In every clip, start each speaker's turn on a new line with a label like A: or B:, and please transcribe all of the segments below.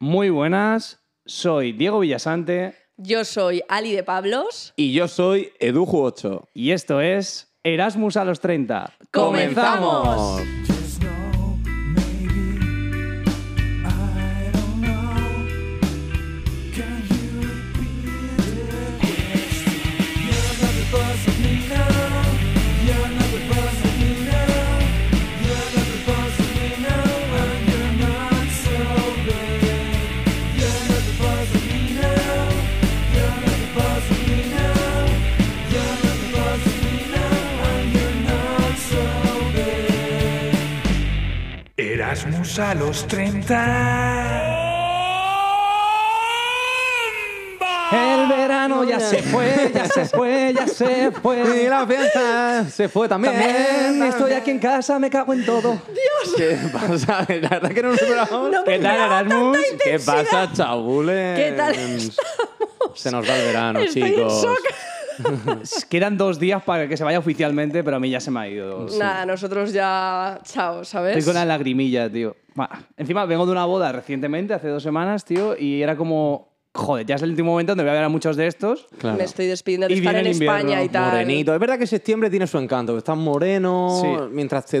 A: Muy buenas, soy Diego Villasante
B: Yo soy Ali de Pablos.
C: Y yo soy Eduju8.
A: y esto es Erasmus a los 30.
B: ¡Comenzamos!
D: Just know, maybe I don't know. Can you repeat it? You're not the boss of me now. You're not the boss of me now. You're not the boss of me now, and you're not so bad. You're not the boss of me now. You're not the boss of me now. You're not the boss of me now, and you're not so bad. Erasmus a los 30.
A: El verano ya se fue, ya se fue, ya se
C: Y
A: fue.
C: la fiesta se fue también.
A: También estoy aquí en casa, me cago en todo.
C: ¿Qué pasa? La verdad que no nos esperábamos.
B: No me
A: ¿Qué tal,
B: esperaba tanta
A: Erasmus?
C: ¿Qué
B: intensidad.
C: pasa, chabules? Mm,
B: ¿Qué tal
C: Se nos va el verano,
B: Estoy en
C: chicos.
B: shock.
A: Quedan dos días para que se vaya oficialmente, pero a mí ya se me ha ido.
B: Nada, nosotros ya. Chao, ¿sabes?
A: Estoy con la lagrimilla, tío. Bah, Encima vengo de una boda recientemente, hace dos semanas, tío, y era como, joder, ya es el último momento donde voy a ver a muchos de estos.
C: Claro.
B: Me estoy despidiendo de
A: Y
B: estar en
A: viene el invierno,
B: España y tal.
C: Morenito. Es verdad que septiembre tiene su encanto. que Estás moreno,
A: Sí.
C: mientras te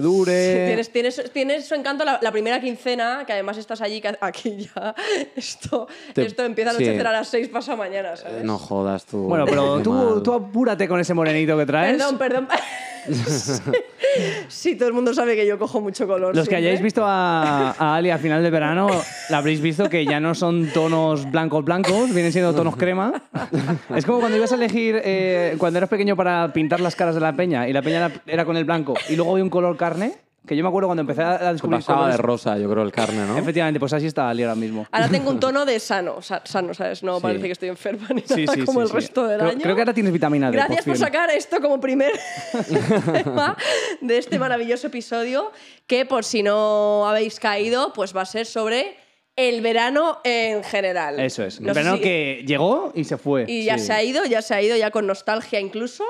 C: dure.
B: Tienes, tienes, tienes su encanto la, la primera quincena, que además estás allí, que aquí ya. Esto,
C: Te-
B: esto empieza a
C: sí.
B: anochecer a las 6 pasa mañana, ¿sabes?
C: Eh, No jodas tú.
A: Bueno, pero
C: Qué
A: tú,
C: mal.
A: tú apúrate con ese morenito que traes.
B: Perdón, perdón. sí, Sí, todo el mundo sabe que yo cojo mucho color.
A: Los que
B: siempre.
A: hayáis visto a, a Ali a final de verano, la habréis visto que ya no son tonos blancos blancos, vienen siendo tonos crema. Es como cuando ibas a elegir, eh, cuando eras pequeño para pintar las caras de la peña, y la peña era- era con el blanco, y luego había un color carne, que yo me acuerdo cuando empecé a descubrir
C: Pasaba de
A: colores-
C: rosa, yo creo, el carne, ¿no?
A: Efectivamente, pues así está Ali ahora mismo.
B: Ahora tengo un tono de sano, sa- sano, ¿sabes? No
C: Sí.
B: parece que estoy enferma ni nada
A: Sí, sí,
B: como
A: sí,
B: el
A: sí.
B: resto del
A: creo,
B: año.
A: Creo que ahora tienes vitamina D.
B: Gracias por
A: firme.
B: sacar esto como primer tema de este maravilloso episodio, que por si no habéis caído, pues va a ser sobre el verano en general.
A: Eso es.
B: No sé
A: Verano
B: si-
A: que llegó y se fue.
B: Y ya
A: Sí.
B: se ha ido, ya se ha ido, ya con nostalgia incluso.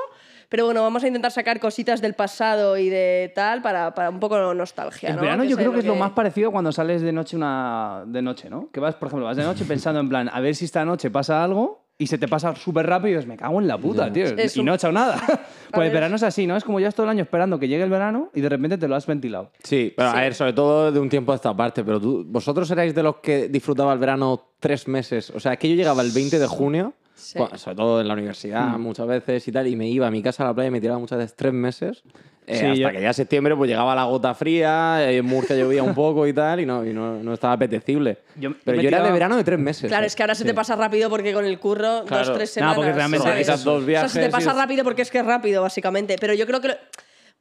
B: Pero bueno, vamos a intentar sacar cositas del pasado y de tal para, para un poco nostalgia.
A: El
B: ¿no?
A: verano yo
B: sea
A: creo que es lo más parecido cuando sales de noche una de noche, ¿no? Que vas, por ejemplo, vas de noche pensando en plan, a ver si esta noche pasa algo y se te pasa súper rápido y dices, me cago en la puta, tío.
B: Es
A: y
B: un-
A: no he echado nada. pues
B: ver.
A: el verano es así, ¿no? Es como ya todo el año esperando que llegue el verano y de repente te lo has ventilado.
C: Sí, pero
B: Sí.
C: a ver, sobre todo de un tiempo a esta parte, pero tú, vosotros erais de los que disfrutaba el verano tres meses. O sea, es que yo llegaba el 20 de junio,
B: Sí. Mm.
C: cua- sobre todo en la universidad muchas veces y tal, y me iba a mi casa a la playa y me tiraba muchas veces tres meses. eh,
A: Sí,
C: hasta
A: yo-
C: que ya septiembre pues llegaba la gota fría, eh, en Murcia llovía un poco y tal, y no, y no, no estaba apetecible.
A: Yo-
C: pero
A: me
C: yo era
A: tiraba-
C: de verano de tres meses. eh.
B: Claro, es que ahora se te pasa rápido porque con el curro, dos,
C: Claro.
B: tres
A: No,
B: semanas.
A: porque realmente
B: ¿sabes?
C: organizas dos
B: O sea, se te
C: viajes
B: pasa
C: y-
B: rápido porque es que es rápido, básicamente. Pero yo creo que. lo-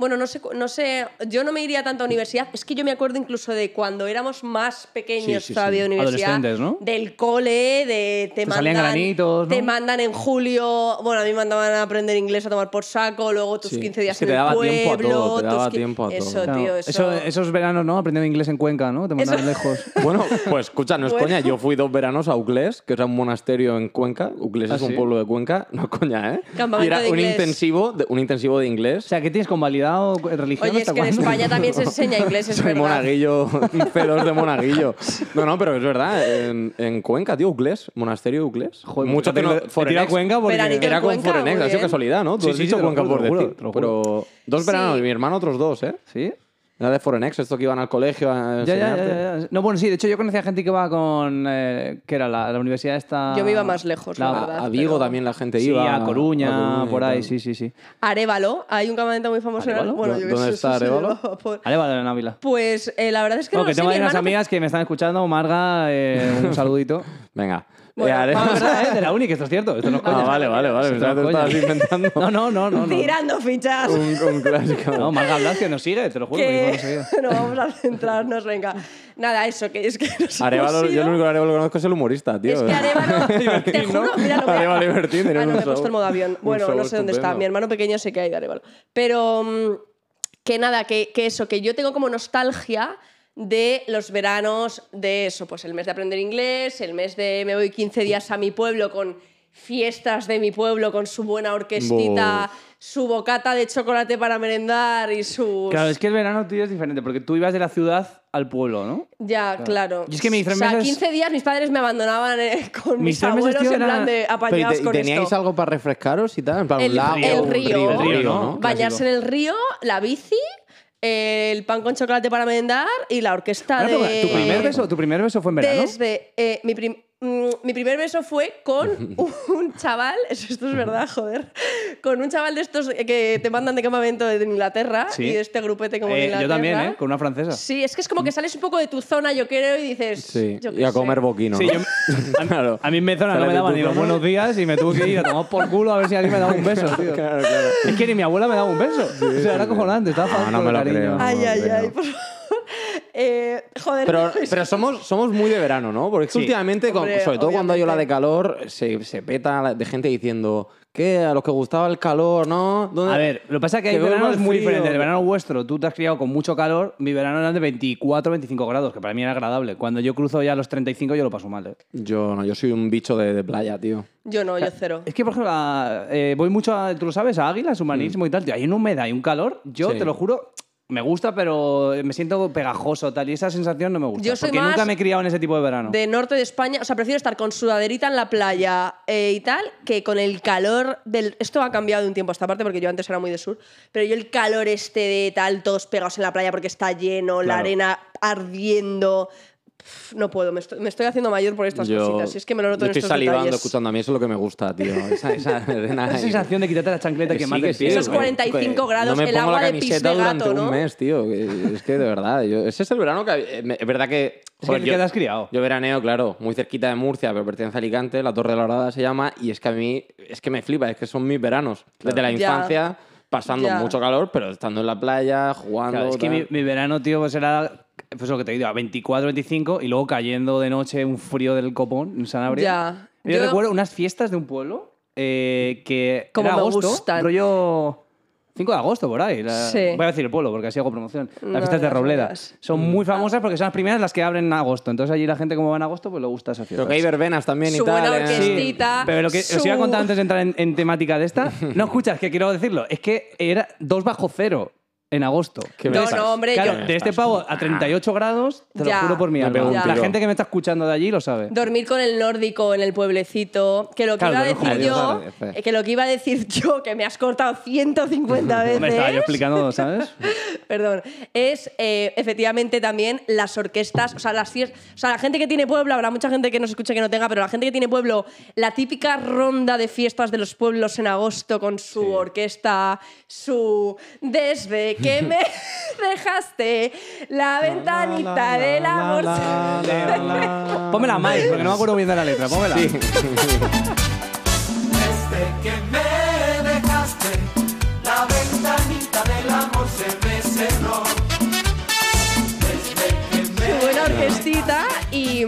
B: Bueno, no sé, cu- no sé, yo no me iría tanto a universidad. Es que yo me acuerdo incluso de cuando éramos más pequeños
C: Sí, sí,
B: todavía
A: sí.
B: de universidad.
A: Adolescentes, ¿no?
B: Del cole, de te,
A: Te
B: mandan.
A: salían granitos, ¿no?
B: Te mandan en julio. Bueno, a mí me mandaban a aprender inglés a tomar por saco, luego tus
C: Sí,
B: 15 días
C: es que
B: en
C: te
B: el
C: daba
B: pueblo.
C: tiempo a todo, te
B: tus
C: daba
B: qui-
C: tiempo a
B: eso,
C: todo.
A: Claro.
B: tío, eso.
A: Eso- esos veranos, ¿no? Aprendiendo inglés en Cuenca, ¿no? Te mandaban
B: Eso-
A: lejos.
C: Bueno, pues escucha, no es
B: Bueno.
C: coña. Yo fui dos veranos a Uclés, que era un monasterio en Cuenca. Uclés
A: ¿Ah,
C: es un
A: sí?
C: pueblo de Cuenca, no es coña, ¿eh?
B: Campamento
C: y era
B: de
C: un
B: inglés.
C: intensivo, de, un intensivo de inglés.
A: O sea, ¿qué tienes convalidado eh, religión?
B: Oye, es
A: hasta
B: que en
A: cuándo?
B: España también se enseña inglés, es
C: Soy
B: verdad.
C: monaguillo, un C2 de monaguillo. No, no, pero es verdad. En, en Cuenca, tío, Uclés, monasterio de Uclés.
A: Joder, pues
C: Mucho
A: te
C: que no-
A: he tirado a
C: Forenex.
A: Cuenca porque...
B: Veranito.
C: Era con
B: Cuenca,
C: Forenex,
B: muy
C: ha sido
B: bien.
C: casualidad, ¿no? Tú
A: Sí,
C: has
A: sí,
C: dicho
A: te lo
C: Cuenca
A: juro,
C: por
A: te lo juro,
C: decir.
A: te lo
C: Pero dos veranos,
B: Sí.
C: mi hermano otros dos, ¿eh?
A: ¿Sí?
C: Era de Forenex, estos que iban al colegio a
A: Ya, ya, ya,
C: enseñarte.
A: ya, ya. No, bueno, sí, de hecho yo conocía gente que iba con... eh, que era la, la universidad esta...
B: Yo me iba más lejos, la
C: A-
B: verdad,
C: a Vigo
B: pero-
C: también la gente
A: Sí,
C: iba.
A: a Coruña,
C: Coruña y
A: por ahí,
C: tal.
A: sí, sí, sí.
B: Arevalo, hay un campamento muy famoso
A: ¿Arévalo?
B: en Bueno, yo qué
C: ¿Dónde
B: sé,
C: está
B: sí, sí,
C: Arévalo?
B: lo- Oh, por-
A: Ale, vale, en Ávila.
B: Pues eh, la verdad es que
A: No,
B: no,
A: que
B: lo sé,
A: tengo
B: mi
A: ahí unas
B: hermano-
A: amigas que me están escuchando. Marga, eh, un saludito.
C: Venga.
B: Bueno,
C: Eh, haré-
A: Ah, verdad, eh, de la uni, que esto es cierto. Esto no es
C: Ah,
A: coña.
C: vale, vale, vale.
A: Esto
C: Pensaba que
A: no
C: te
A: es coña.
C: estabas
A: No,
C: inventando
A: no, no, no. no.
B: Tirando fichas.
C: un, un clásico.
A: No, Marga Blas que nos sigue, te lo juro. que nos
B: que pues-
A: sigue.
B: no vamos a centrarnos, venga. Nada, eso, que es que nos
C: Arevalo,
B: hemos
C: yo
B: ido.
C: el único Arevalo que conozco es el humorista, tío.
B: Es que Arevalo, te
C: Divertín, ¿no?
B: juro, mira, no me-
C: Arevalo Divertín,
B: Ah,
C: era
B: no,
C: un
B: me he puesto
C: show-
B: el modo avión.
C: un
B: Bueno,
C: show
B: no sé dónde está.
C: estupendo.
B: Mi hermano pequeño sé que hay de Arevalo. Pero mm, que nada, que, que eso, que yo tengo como nostalgia de los veranos, de eso, pues el mes de aprender inglés, el mes de me voy 15 días a mi pueblo con fiestas de mi pueblo, con su buena orquestita, su bocata de chocolate para merendar y sus...
A: Claro, es que el verano tuyo es diferente, porque tú ibas de la ciudad al pueblo, ¿no?
B: Ya, claro.
A: Y es que mis tres
B: O sea,
A: meses-
B: 15 días mis padres me abandonaban eh, con mis,
A: Mis tres meses,
B: abuelos
A: tío,
B: en plan
A: era-
B: de
C: Pero,
B: apañados
C: ¿y te-
B: con
C: ¿Teníais
B: esto.
C: algo para refrescaros y tal? En plan, un
B: El
C: lago,
B: río.
C: un
B: El
C: río,
B: río,
A: río,
C: ¿no?
A: ¿no?
B: Bañarse en el río, la bici, el pan con chocolate para merendar y la orquesta
A: Una pregunta,
B: Ah, de...
A: ¿tu, primer beso, ¿Tu primer beso fue en verano?
B: Desde. eh, mi, prim- mm, mi primer beso fue con un chaval. Esto es verdad, joder. Con un chaval de estos que te mandan de campamento de Inglaterra
A: Sí.
B: y de este grupete como de
A: Eh,
B: Inglaterra.
A: yo también, ¿eh? Con una francesa.
B: Sí, es que es como que sales un poco de tu zona, yo creo, y dices.
C: Sí,
B: yo qué
C: y a
B: sé.
C: comer boquino.
A: Sí,
C: ¿no?
A: yo-
C: claro.
A: A mí en mi zona no
C: Sales
A: me
C: de
A: daban
C: tu
A: ni los
C: zona.
A: buenos días y me tuve que ir a tomar por culo a ver si alguien me daba un beso, tío.
C: Claro, claro.
A: Es que ni mi abuela me daba un beso. o sea, era cojonante, estaba
C: No,
A: falto
C: no me
A: de
C: lo
A: cariño.
C: creo.
A: Ah,
B: Ay,
C: No,
B: ay,
C: pero-
B: ay, por favor. Eh, joder.
C: Pero,
B: es que-
C: pero somos, somos muy de verano, ¿no? Porque es
A: Sí.
C: que últimamente, con-
B: Hombre,
C: sobre todo cuando hay ola de
B: obviamente.
C: calor, se, se peta la- de gente diciendo que a los que gustaba el calor, ¿no? ¿Dónde-
A: A ver, lo que pasa es que hay
C: Que vuelva
A: veranos
C: el
A: muy
C: frío.
A: diferentes. El verano vuestro, tú te has criado con mucho calor. Mi verano era de 24, 25 grados, que para mí era agradable. Cuando yo cruzo ya los 35, yo lo paso mal. ¿eh?
C: Yo no, yo soy un bicho de, de playa, tío.
B: Yo no, yo cero.
A: Es que, por ejemplo, a- eh, voy mucho, a, tú lo sabes, a Águilas, humanismo y tal. Tío, hay una humedad y un calor. Yo,
C: Mm. Sí.
A: te lo juro, me gusta, pero me siento pegajoso tal. Y esa sensación no me gusta.
B: Yo soy
A: porque
B: más
A: nunca me he criado en ese tipo de verano.
B: De norte de España, o sea, prefiero estar con sudaderita en la playa eh, y tal, que con el calor del. Esto ha cambiado de un tiempo a esta parte, porque yo antes era muy de sur, pero yo el calor este de tal, todos pegados en la playa porque está lleno, la
A: Claro.
B: arena ardiendo. Pff, no puedo, me estoy, me estoy haciendo mayor por estas cositas. y es que me lo noto
C: yo
B: en
C: estoy
B: estos
C: salivando
B: detalles.
C: escuchando a mí, eso es lo que me gusta, tío. Esa, esa arena
A: Esa
C: ahí.
A: sensación de quitarte la chancleta que ¿eh?
C: Sí,
A: más
C: que
A: del
C: sí,
A: pie.
B: Esos
A: ¿no?
C: güey.
B: 45 grados,
C: no me
B: el
C: pongo
B: agua
C: la
B: de pis
C: camiseta
B: de
C: durante
B: gato, ¿no?
C: un mes, tío. que- Es que de verdad, yo- ese es el verano que eh, me- es verdad que
A: Es que
C: joder,
A: te
C: yo-
A: has criado.
C: Yo veraneo, claro, muy cerquita de Murcia, pero pertenece a Alicante, la Torre de la Horada se llama, y es que a mí es que me flipa, es que son mis veranos desde la
B: Ya.
C: infancia. Pasando
B: Ya.
C: mucho calor, pero estando en la playa, jugando.
A: Claro, es que
C: tal.
A: mi, mi verano, tío, pues era pues lo que te digo, a 24, 25 y luego cayendo de noche un frío del copón en Sanabria.
B: Ya.
A: Yo,
B: Yo-
A: recuerdo unas fiestas de un pueblo eh, que
B: Como
A: era
B: me
A: agosto,
B: gustan.
A: rollo 5 de agosto por ahí. la-
B: Sí.
A: Voy a decir el pueblo porque así hago promoción. Las
B: No,
A: fiestas de
B: ya
A: Robleda.
B: sabías.
A: Son muy famosas porque son las primeras las que abren en agosto. Entonces allí la gente como va en agosto pues le gusta esa fiesta.
C: Pero que hay verbenas también y
B: Su buena
C: tal. ¿eh?
B: orquesta. Sí. Tita,
A: Ah, Pero lo que os iba a
B: su-
A: contar antes de entrar en, en temática de esta, no escuchas, que quiero decirlo, es que era 2 bajo cero en agosto.
C: ¿Qué me
B: No,
C: estás-
B: no, hombre,
A: Claro,
B: yo-
A: de este pavo a 38 grados, te
B: Ya.
A: lo juro por mi
C: Me pego
A: alma.
C: un
A: La
C: tiro.
A: gente que me está escuchando de allí lo sabe.
B: Dormir con el nórdico en el pueblecito, que lo que
A: Claro,
B: iba a
A: pero no
B: decir
C: jodidos
B: yo,
C: tarde, Fer.
B: eh, que lo que iba a decir yo, que me has cortado 150 veces.
A: Me estaba yo explicando, ¿sabes?
B: Perdón. Es eh, efectivamente también las orquestas, o sea, las fiestas. O sea, la gente que tiene pueblo, habrá mucha gente que nos escuche que no tenga, pero la gente que tiene pueblo, la típica ronda de fiestas de los pueblos en agosto con su orquesta, su. Desde que me dejaste la ventanita del amor.
A: Ponme la más, porque no me acuerdo bien de la letra, pónmela.
D: Desde que me dejaste, la ventanita del amor se me cerró.
B: su buena orquestita y.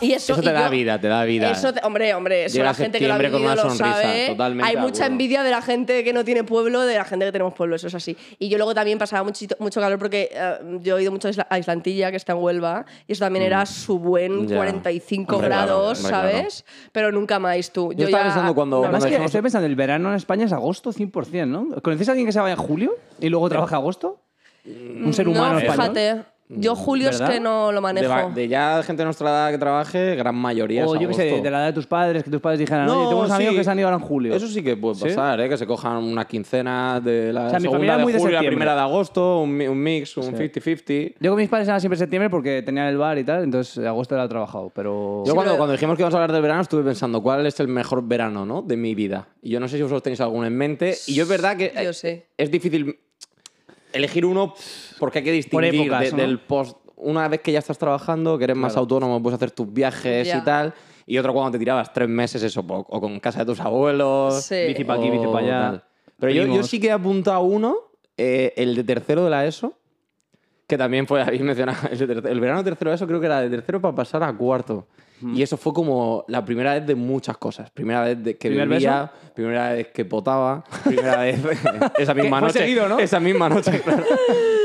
B: y eso,
C: Eso te
B: y
C: da
B: yo-
C: vida, te da vida.
B: Eso te- hombre, hombre, eso
C: Llega
B: la gente que lo ha
C: septiembre con
B: vivido
C: una
B: lo
C: sonrisa,
B: sabe. ¿eh?
C: totalmente
B: Hay
C: de
B: mucha
C: acuerdo.
B: envidia de la gente que no tiene pueblo, de la gente que tenemos pueblo, eso es así. Y yo luego también pasaba mucho, mucho calor porque eh, yo he ido mucho a Isla- a Islantilla, que está en Huelva, y eso también era su buen
C: Mm. Ya.
B: 45
C: Hombre, claro,
B: grados,
C: hombre, claro.
B: ¿sabes? Pero nunca más tú.
C: Yo estaba
B: ya-
C: pensando cuando-
B: no,
A: Además
C: cuando
A: que
C: dejamos-
A: estoy pensando, el verano en España es agosto 100%, ¿no? ¿Conocéis a alguien que se vaya en julio y luego trabaja agosto? Un ser humano
B: no,
A: español.
B: fíjate. Yo julio es
A: ¿Verdad?
B: que no lo
C: de, va-
B: manejo.
C: de ya gente de nuestra edad que trabaje, gran mayoría.
A: O
C: es
A: yo qué sé, de,
C: agosto.
A: la edad de tus padres, que tus padres dijeran, oye, tengo unos
C: sí.
A: amigos que se han ido ahora en julio.
C: Eso sí que puede
A: ¿Sí?
C: pasar, ¿eh? que se cojan una quincena de la
A: O sea, mi familia
C: segunda
A: es
C: de
A: muy de
C: julio, la
A: septiembre.
C: primera de agosto, un, mi- un mix, un 50-50.
A: Yo con mis padres era siempre septiembre porque tenían el bar y tal, entonces eh, agosto era trabajado, pero...
C: Yo cuando,
B: pero-
C: cuando dijimos que íbamos a hablar del verano estuve pensando cuál es el mejor verano ¿no? de mi vida. Y yo no sé si vosotros tenéis alguno en mente. Y yo es verdad que
B: Yo
C: eh,
B: sí.
C: es difícil elegir uno porque hay que distinguir
A: épocas,
C: de-
A: ¿no?
C: del post. Una vez que ya estás trabajando, que eres más autónomo, puedes hacer tus viajes
B: Ya.
C: y tal. Y otro cuando te tirabas tres meses eso, po- o con casa de tus abuelos.
B: Sí.
A: Bici pa' aquí, bici pa' allá,
C: tal. Pero yo, yo
A: primos.
C: sí que he apuntado uno, eh, el de tercero de la ESO, que también fue, habéis mencionado, el, de tercero- el verano de tercero de ESO creo que era de tercero para pasar a cuarto. Y eso fue como la primera vez de muchas cosas. Primera vez de- que
A: ¿Primer
C: vivía, primera vez que potaba, primera vez esa misma
A: fue
C: noche.
A: seguido, ¿no?
C: Esa misma noche, claro.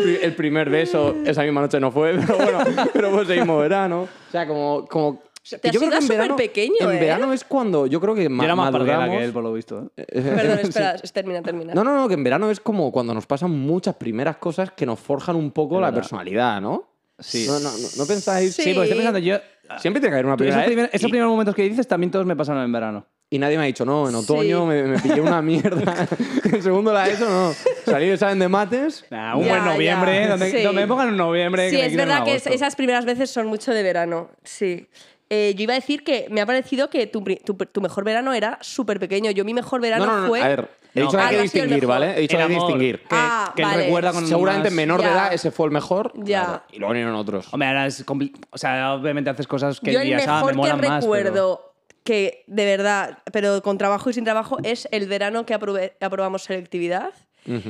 C: Pri- El primer beso, esa misma noche no fue, pero bueno, pero fue ese mismo verano. O sea, como, como
B: sea, te has
C: yo creo
B: ido
C: que en
B: súper
C: verano,
B: pequeño,
C: en
B: ¿eh?
C: verano es cuando yo creo que
A: Yo era más parguera
C: maduramos.
A: que él, por lo visto. ¿eh?
B: Perdón, espera, termina, termina.
C: No, no, no, que en verano es como cuando nos pasan muchas primeras cosas que nos forjan un poco
A: Es
C: la
A: verdad.
C: personalidad, ¿no?
A: Sí.
C: No, no, no, ¿no pensáis.
B: Sí.
A: Sí, porque estoy pensando, yo.
C: Siempre tiene que haber una
A: Esos,
C: primera vez
A: primer-
C: y-
A: esos primeros momentos que dices también todos me pasaron en verano.
C: Y nadie me ha dicho, no, en otoño
B: Sí.
C: me, me pillé una mierda. en segundo la ESO, no. Salí del examen de mates.
A: Nah, Ah, un
B: Ya,
A: buen noviembre,
B: ya,
A: donde,
B: sí.
A: donde me pongan un noviembre.
B: Sí,
A: que me
B: es
A: quiten en
B: verdad que es-
A: agosto.
B: esas primeras veces son mucho de verano, sí. Eh, yo iba a decir que me ha parecido que tu, pri- tu- tu mejor verano era súper pequeño. Yo mi mejor verano
C: No, no, no,
B: fue...
C: a ver. He
A: No,
C: dicho que hay
B: ah,
C: que
B: nació el
C: distinguir,
B: mejor.
C: ¿vale? He dicho
A: El
C: que hay que
A: amor,
C: distinguir.
A: Que,
B: Ah,
A: que él
B: vale.
A: recuerda con
C: Seguramente
A: más-
C: menor de
B: Ya.
C: edad ese fue el mejor.
B: Ya.
C: Claro, Y luego vinieron otros.
A: Hombre, ahora es compli- O sea, obviamente haces cosas que
B: yo el
A: dirías, ah, me
B: mejor que
A: molan más. pero-
B: recuerdo que, de verdad, pero con trabajo y sin trabajo, es el verano que aprobé- aprobamos selectividad.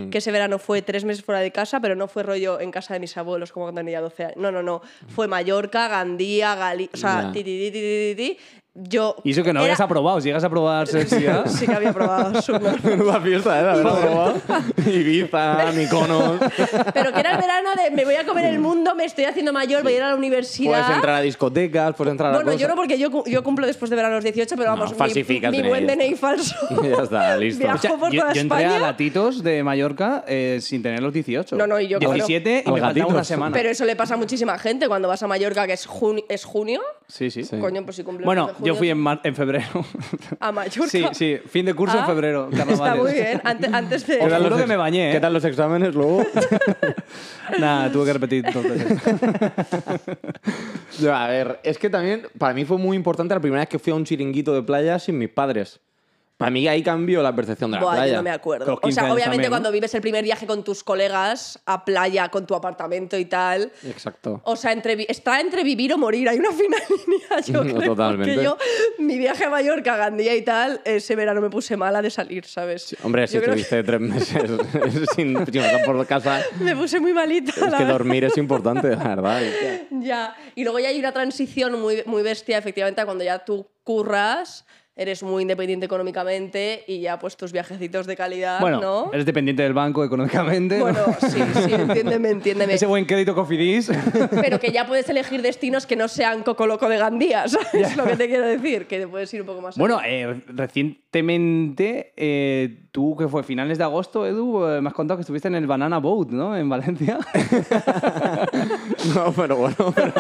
B: Que ese verano fue tres meses fuera de casa, pero no fue rollo en casa de mis abuelos como cuando tenía 12 años. No, no, no. Fue Mallorca, Gandía, Galicia. O sea,
C: Ya.
B: ti, ti, ti, ti, ti, ti. Yo.
A: Y eso que no
B: era-
A: habías aprobado. Si llegas a aprobar sexualidad.
B: Sí que había aprobado subnormal.
C: Menuda fiesta, ¿eh? La verdad, probado. Ibiza, Mykonos.
B: Pero que era el verano de me voy a comer el mundo, me estoy haciendo mayor, voy a ir a la universidad.
C: Puedes entrar a discotecas, puedes entrar a
B: bueno, yo no
C: cosas.
B: porque yo, cu- yo cumplo después de verano los 18, pero vamos, mi-
C: falsificas
B: mi,
C: DNI,
B: buen
C: ya está.
B: DNI falso.
C: Ya está, listo.
B: Viajo
C: O
A: sea,
B: por
A: yo,
B: toda
A: yo entré a
B: España.
A: Latitos de Mallorca eh, sin tener los 18.
B: No, no, y yo, claro.
A: 17
C: A
A: y me
C: los
A: faltaba una
C: Latitos.
A: semana.
B: Pero eso le pasa a muchísima gente cuando vas a Mallorca, que es, juni- es junio.
A: Sí, sí.
C: Sí.
B: Coño, pues si cumples
A: Bueno,
B: desde junio,
A: yo fui en, mar- en febrero.
B: a Mallorca.
A: sí, sí. Fin de curso en
B: Ah,
A: febrero.
B: Está
A: carnavales.
B: muy bien. Ante- Antes de...
A: Os
C: tal
A: juro
C: los
A: que
C: ex-
A: me bañé, ¿eh?
C: ¿Qué tal los exámenes luego?
A: Nada, tuve que repetir dos veces.
C: Yo, a ver, es que también para mí fue muy importante la primera vez que fui a un chiringuito de playa sin mis padres. Para mí ahí cambió la percepción de la
B: Buah,
C: playa.
B: yo no me acuerdo.
A: Los
B: O
A: 15
B: sea,
A: años
B: obviamente
A: también, ¿no?
B: cuando vives el primer viaje con tus colegas a playa, con tu apartamento y tal,
C: Exacto.
B: O sea, entre vi- está entre vivir o morir. Hay una fina línea, yo
C: No,
B: creo.
C: totalmente.
B: Porque yo, mi viaje a Mallorca, Gandía y tal, ese verano me puse mala de salir, ¿sabes?
C: Hombre, si
B: Yo creo
C: estuviste tres meses sin, sin estar por casa,
B: que Me puse muy malita,
C: es
B: la
C: que
B: verdad.
C: dormir es importante, la verdad. Y-
B: Ya. Y luego ya hay una transición muy, muy bestia, efectivamente, a cuando ya tú curras, eres muy independiente económicamente y ya pues tus viajecitos de calidad,
A: Bueno,
B: Ah, ¿no?
A: eres dependiente del banco económicamente. ¿no?
B: Bueno, sí, sí, entiéndeme, entiéndeme.
A: Ese buen crédito cofidis.
B: Pero que ya puedes elegir destinos que no sean Coco Loco de Gandía, ¿sabes? lo que te quiero decir, que te puedes ir un poco más
A: Bueno, eh, recientemente, eh, tú que fue finales de agosto, Edu, eh, me has contado que estuviste en el Banana Boat, ¿no? En Valencia.
C: No, pero bueno, pero,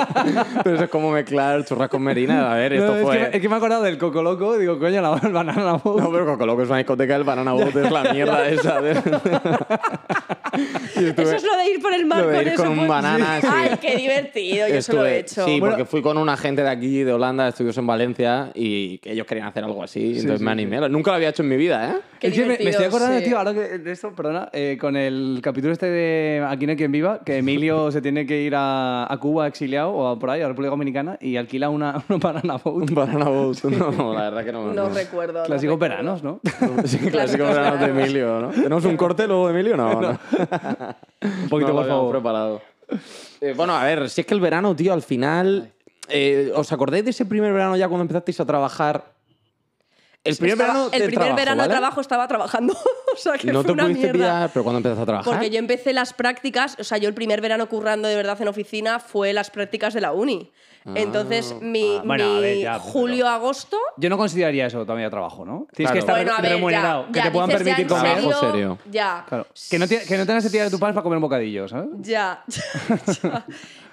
C: pero eso es como mezclar churras con merina. A ver, esto
A: No, es,
C: fue...
A: que, me- es que me he acordado del Coco Loco, digo, coño, la, el Banana Boat.
C: No, pero Cocoloco es una discoteca del Banana Boat, es la mierda esa. de- Y estuve-
B: Eso es lo de ir por el mar
C: Lo de ir
B: eso,
C: con un
B: pues.
C: banana, sí.
B: Ay, qué divertido, yo se lo he
C: Estuve-
B: hecho.
C: Sí,
B: Bueno,
C: porque fui con una gente de aquí, de Holanda, estuvimos en Valencia y que ellos querían hacer algo así. entonces me animé. Nunca lo había hecho en mi vida, ¿eh?
B: qué
A: Es que me, me estoy
B: divertido,
A: acordando,
B: sí.
A: tío, ahora que, de esto, perdona, eh, con el capítulo este de Aquí no hay quien viva, que Emilio se tiene que ir a, a Cuba exiliado o a por ahí, a República Dominicana, y alquila una, una banana boat.
C: Un Banana Boat. No, la verdad que no me
B: No recuerdo. no
A: Clásicos
B: recuerdo.
A: veranos, ¿no?
C: Sí, clásico
B: Clásicos
C: verano de
B: veranos.
C: Emilio, ¿no? ¿Tenemos un corte luego de Emilio? No, no.
A: Un poquito,
C: No lo
A: por
C: habíamos
A: favor.
C: preparado. Eh, bueno, a ver, si es que el verano, tío, al final... eh, ¿Os acordáis de ese primer verano ya cuando empezasteis a trabajar? El primer
B: Estaba-
C: verano
B: el
C: de
B: primer verano
C: ¿vale?
B: de trabajo estaba trabajando. o sea, que
C: No
B: fue
C: te
B: una
C: pudiste
B: mierda.
C: pillar, pero cuando empezaste a trabajar...
B: Porque yo empecé las prácticas, o sea, yo el primer verano currando de verdad en oficina fue las prácticas de la uni. Entonces, mi,
A: ah, bueno, a ver,
B: mi
A: ya, pero-
B: julio-agosto
A: Yo no consideraría eso todavía trabajo, ¿no? Tienes que
C: Claro.
A: estar
B: Bueno, a ver,
A: remunerado,
B: ya,
A: que
B: ya,
A: te puedan
B: dices ya
A: permitir
B: en
A: comer.
C: serio. Trabajo serio.
B: Ya.
A: Claro. Que, no te- que no tengas que tirar de tu padre para comer un bocadillo, ¿sabes?
B: Ya. ya.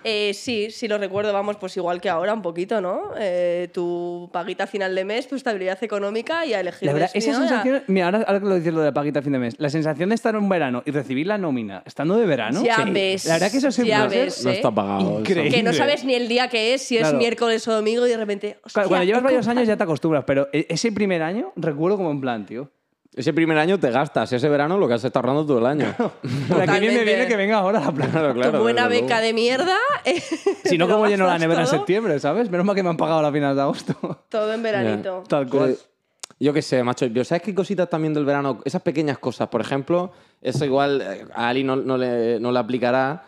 B: Eh, sí, sí lo recuerdo, vamos, pues igual que ahora un poquito, ¿no? Eh, tu paguita a final de mes, tu estabilidad económica y a elegir pues,
A: La verdad, esa
B: destino, ya.
A: sensación, mira, ahora, ahora que lo dices lo de la paguita a fin de mes, la sensación de estar en verano y recibir la nómina estando de verano,
B: Ya
A: sí.
B: ves,
A: la verdad que eso siempre
B: ya
A: va a ser-
B: ves.
C: No
B: ¿eh?
C: está pagado.
A: Increíble.
B: Que no
A: Increíble.
B: sabes ni el día que es, si es
A: Claro.
B: miércoles o domingo y de repente...
A: Claro,
B: hostia,
A: cuando llevas
B: he
A: varios
B: comprado.
A: años ya te acostumbras, pero e- ese primer año recuerdo como en plan, tío.
C: Ese primer año te gastas, ese verano lo que has estado ahorrando todo el año.
A: La que bien me
B: Totalmente.
A: viene que venga ahora la plana.
C: claro, claro.
B: tu buena
C: desde
B: beca
C: luego.
B: de mierda. eh,
A: Si no,
B: te lo
A: como lleno la
B: gastas
A: nevera
B: todo,
A: en septiembre, ¿sabes? Menos mal que me han pagado la final de agosto.
B: Todo en veranito.
A: Tal cual.
C: Pero, Yo qué sé, macho. Yo, ¿Sabes qué cositas también del verano? Esas pequeñas cosas, por ejemplo, eso igual eh, a Ali no, no le, no le aplicará,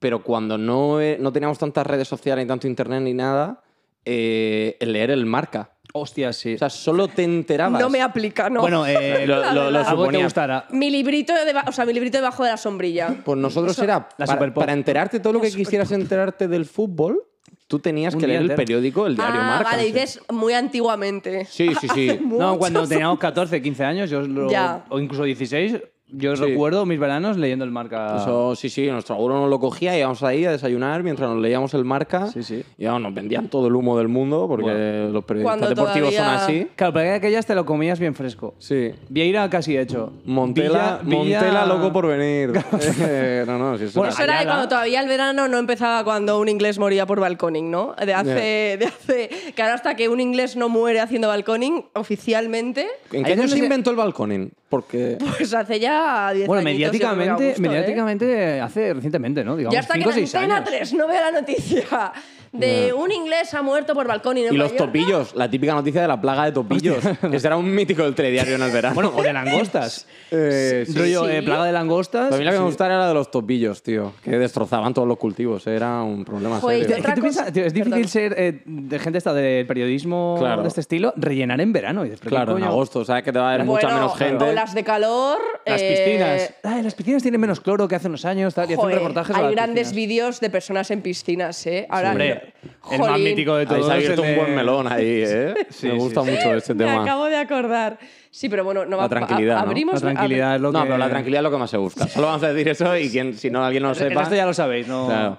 C: pero cuando no, eh, no teníamos tantas redes sociales, ni tanto internet, ni nada, eh, el leer el marca.
A: Hostia, sí.
C: O sea, solo te enterabas.
B: No me aplica, no.
A: bueno, eh,
C: Lo- lo- lo
A: algo te
C: suponía.
A: gustará.
B: mi librito, deba- o sea, mi librito debajo de la sombrilla.
C: Pues nosotros era
A: La
C: para,
A: Superpop.
C: para enterarte todo lo que quisieras enterarte del fútbol, Tú tenías
A: Un
C: que
A: día
C: leer el
A: entero.
C: periódico, el diario
B: ah,
C: Marca.
B: vale, "Ah,
C: sí.
B: dices muy antiguamente.
C: Sí, sí, sí.
A: No,
B: Mucho.
A: cuando teníamos 14, 15 años, yo lo-
B: Ya.
A: o incluso 16, yo
C: Sí.
A: recuerdo mis veranos leyendo el marca.
C: Eso, sí, sí, nuestro abuelo nos lo cogía, íbamos ahí a desayunar mientras nos leíamos el marca.
A: Sí, sí.
C: Y vamos, nos vendían todo el humo del mundo porque
A: Bueno.
C: los periodistas
B: Cuando
C: deportivos
B: todavía-
C: son así.
A: Claro, pero aquellas te lo comías bien fresco.
C: Sí.
A: Vieira casi hecho.
C: Montela,
A: Villa- Villa-
C: Montela loco por venir. Eh, no, no, sí, eso
A: Bueno,
C: era-
B: Eso era de
A: Ayala.
B: cuando todavía el verano no empezaba cuando un inglés moría por balconing, ¿no? De hace, de hace. Que ahora hasta que un inglés no muere haciendo balconing oficialmente,
C: ¿En
A: Ahí
C: qué año
A: donde
C: se
A: se-
C: inventó el balconing? Porque
B: pues hace ya 10
A: Bueno,
B: añitos, yo creo que a
A: mediáticamente,
B: gusto, ¿eh?
A: mediáticticamente hace recientemente, ¿no? Digamos,
B: Ya hasta que en
A: 5 o 6
B: Antena
A: años.
B: 3 no veo la noticia de un inglés ha muerto por balconing en
C: Y los
B: Mallorca.
C: topillos, la típica noticia de la plaga de topillos. Ese era un mítico del telediario en el verano.
A: Bueno, o de langostas.
C: Eh, sí.
A: Rollo,
B: Sí.
A: eh, plaga de langostas.
C: A mí la que me
A: Sí.
C: gustaba era la de los topillos, tío. Que destrozaban todos los cultivos. Era un problema
B: Joder,
C: serio.
A: Es que tú
B: Otra cosa-
A: piensas, tío, es difícil
B: Perdón.
A: ser eh, de gente esta del periodismo
C: Claro.
A: de este estilo, rellenar en verano. Y dices, ¿pero qué
C: Claro, en
A: coño?
C: agosto, sabes que te va a haber
B: Bueno,
C: mucha menos gente.
B: olas de calor.
A: Las
B: eh,
A: piscinas. Ay, las piscinas tienen menos cloro que hace unos años. Tal, y hacen
B: joder,
A: reportajes sobre las
B: hay grandes
A: piscinas.
B: vídeos de personas en piscinas, ¿eh? Ahora,
A: Hombre, el más
B: Jolín.
A: mítico de todos.
C: Habéis abierto
A: el
C: un
A: de-
C: buen melón ahí, ¿eh? Me gusta mucho este
B: Me
C: tema.
B: acabo de acordar. Sí, pero bueno, no
C: La
B: va
C: tranquilidad,
B: a-
C: ¿no?
B: abrimos
A: La tranquilidad es lo
C: No,
A: que...
C: pero la tranquilidad es lo que más se busca. Solo vamos a decir eso y quien, si no alguien no lo
A: El
C: sepa...
A: resto ya lo sabéis, ¿no?
C: Claro.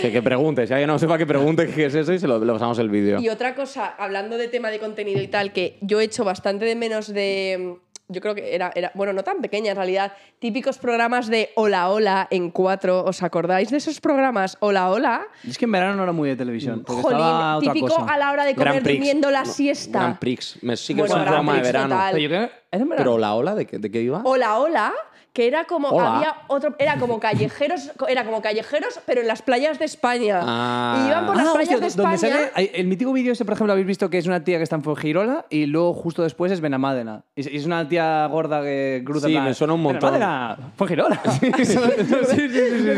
C: Que, que pregunte. Si alguien no sepa, que pregunte qué es eso y se lo, le pasamos el vídeo.
B: Y otra cosa, hablando de tema de contenido y tal, que yo he hecho bastante de menos de. Yo creo que era, era- bueno, no tan pequeña en realidad, típicos programas de Hola Hola en cuatro. ¿Os acordáis de esos programas? Hola Hola.
A: Es que en verano no era muy de televisión. Porque
B: Jolín,
A: estaba otra
B: típico
A: cosa.
B: a la hora de
C: Gran
B: comer
C: Prix.
B: durmiendo la
C: No,
B: siesta.
C: Gran Prix. Me sí que
B: Bueno,
C: es un
B: Gran
C: programa de
B: Prix
C: verano.
B: total.
A: Pero yo creo que era en verano.
C: Pero la ola, ¿de qué, de qué iba?
B: Hola Hola, que era como
C: Hola.
B: había otro era como callejeros, era como callejeros, pero en las playas de España.
C: Ah.
B: Y iban por las
A: Ah,
B: playas
A: hostia,
B: de
A: donde
B: España.
A: sale hay- el mítico vídeo ese, por ejemplo, habéis visto que es una tía que está en Fuengirola y luego justo después es Benamádena. Y es- y es una tía gorda que cruza
C: Sí,
A: en plan,
C: me suena un montón.
A: Benamádena, Fuengirola.
C: sí, sí, sí, sí.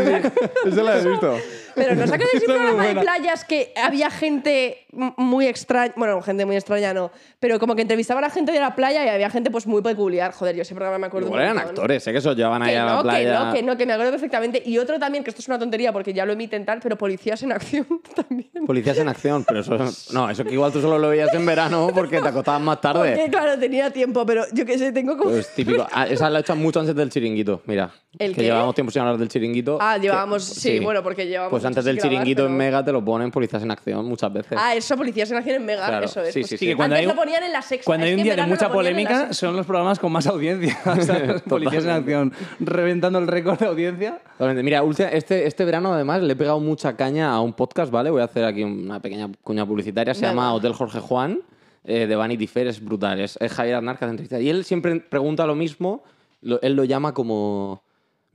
C: Eso lo he visto.
B: Pero no saca de ese
C: Está muy
B: programa de
C: buena.
B: playas que había gente m- muy extraña, bueno, gente muy extraña no, pero como que entrevistaban a gente de la playa y había gente pues muy peculiar, joder, yo ese programa me acuerdo un
C: Igual eran
B: montón.
C: actores, sé que eso llevaban ahí
B: Que
C: a la
B: no, que
C: playa.
B: no, que no, que me acuerdo perfectamente. Y otro también, que esto es una tontería porque ya lo emiten tal, pero policías en acción también.
C: Policías en acción, pero eso. No, eso que igual tú solo lo veías en verano porque te acostabas más
B: Porque
C: tarde.
B: claro, tenía tiempo, pero yo qué sé, tengo como...
C: Pues típico. Ah, esa la he hecho mucho antes del chiringuito, mira.
B: ¿El
C: que
B: qué?
C: llevábamos tiempo sin hablar del chiringuito.
B: Ah,
C: Que-
B: llevábamos- sí, bueno, porque llevábamos
C: Pues
B: mucho
C: antes
B: sin
C: del
B: grabar,
C: chiringuito
B: pero-
C: en Mega te lo ponen policías en acción muchas veces.
B: Ah, eso, policías en acción en Mega,
C: Claro,
B: eso es.
C: sí,
B: Pues
C: sí,
A: Sí,
C: sí.
A: que cuando
B: Antes
A: hay,
B: lo ponían en la sexta.
A: cuando hay un
B: Es que en
A: día de
B: verano lo
A: mucha
B: ponían en la
A: polémica,
B: sexta.
A: son los programas con más audiencia. O sea, Policías en acción, reventando el récord de audiencia.
C: Totalmente. Mira, ulti- este, este verano además le he pegado mucha caña a un podcast, ¿vale? Voy a hacer aquí una pequeña cuña publicitaria. Se
B: Venga.
C: llama Hotel Jorge Juan, eh, de Vanity Fair, es brutal. Es, es Javier Aznar que hace entrevistas. Y él siempre pregunta lo mismo, lo- él lo llama como...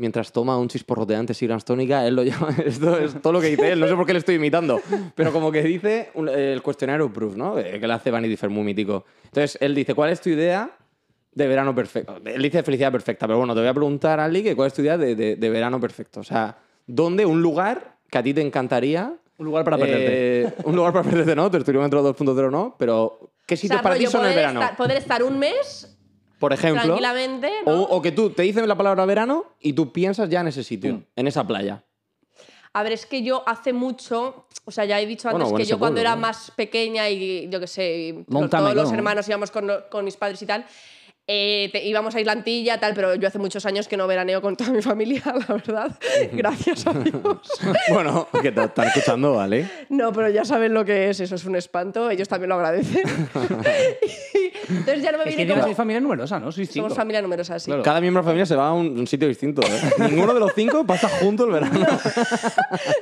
C: Mientras toma un chisporroteante Sigrans tónica, él lo llama... Esto es todo lo que dice él, no sé por qué le estoy imitando. Pero como que dice un- el cuestionario Proof, ¿no? Eh, Que le hace Vanity Fair muy mítico. Entonces, él dice, ¿cuál es tu idea de verano perfecto. Él dice felicidad perfecta, pero bueno, te voy a preguntar, Ali, que cuál es tu idea de, de- de verano perfecto. O sea, ¿dónde un lugar que a ti te encantaría?
A: Un lugar para perderte.
C: Eh, un lugar para perderte, no, tertuliómetro 2.0 no, pero ¿qué
B: O
C: sitios
B: sea,
C: para ti
B: rollo,
C: son el
B: poder
C: verano?
B: estar- poder estar un mes
C: Por ejemplo.
B: tranquilamente, ¿no?
C: o, o que tú te dicen la palabra verano y tú piensas ya en ese sitio, en esa playa.
B: A ver, es que yo hace mucho, o sea, ya he dicho antes
C: Bueno, bueno,
B: que yo
C: ese
B: cuando
C: pueblo,
B: era
C: ¿no?
B: más pequeña y yo qué sé, y
A: Long time
B: los- todos
A: ago,
B: los
A: ¿no?
B: hermanos íbamos con, lo- con mis padres y tal, eh, te- íbamos a Islantilla, tal, pero yo hace muchos años que no veraneo con toda mi familia, la verdad. Gracias a Dios.
C: bueno, que te están escuchando, ¿vale?
B: No, pero ya saben lo que es, eso es un espanto, ellos también lo agradecen. Entonces ya no me
A: Es que
B: viene
A: encima
B: como...
A: sois familia numerosa, ¿no? Sois cinco.
B: Somos familia numerosa, sí.
A: Claro.
C: Cada miembro de la familia se va a un, un sitio distinto. ¿eh? Ninguno de los cinco pasa junto el verano.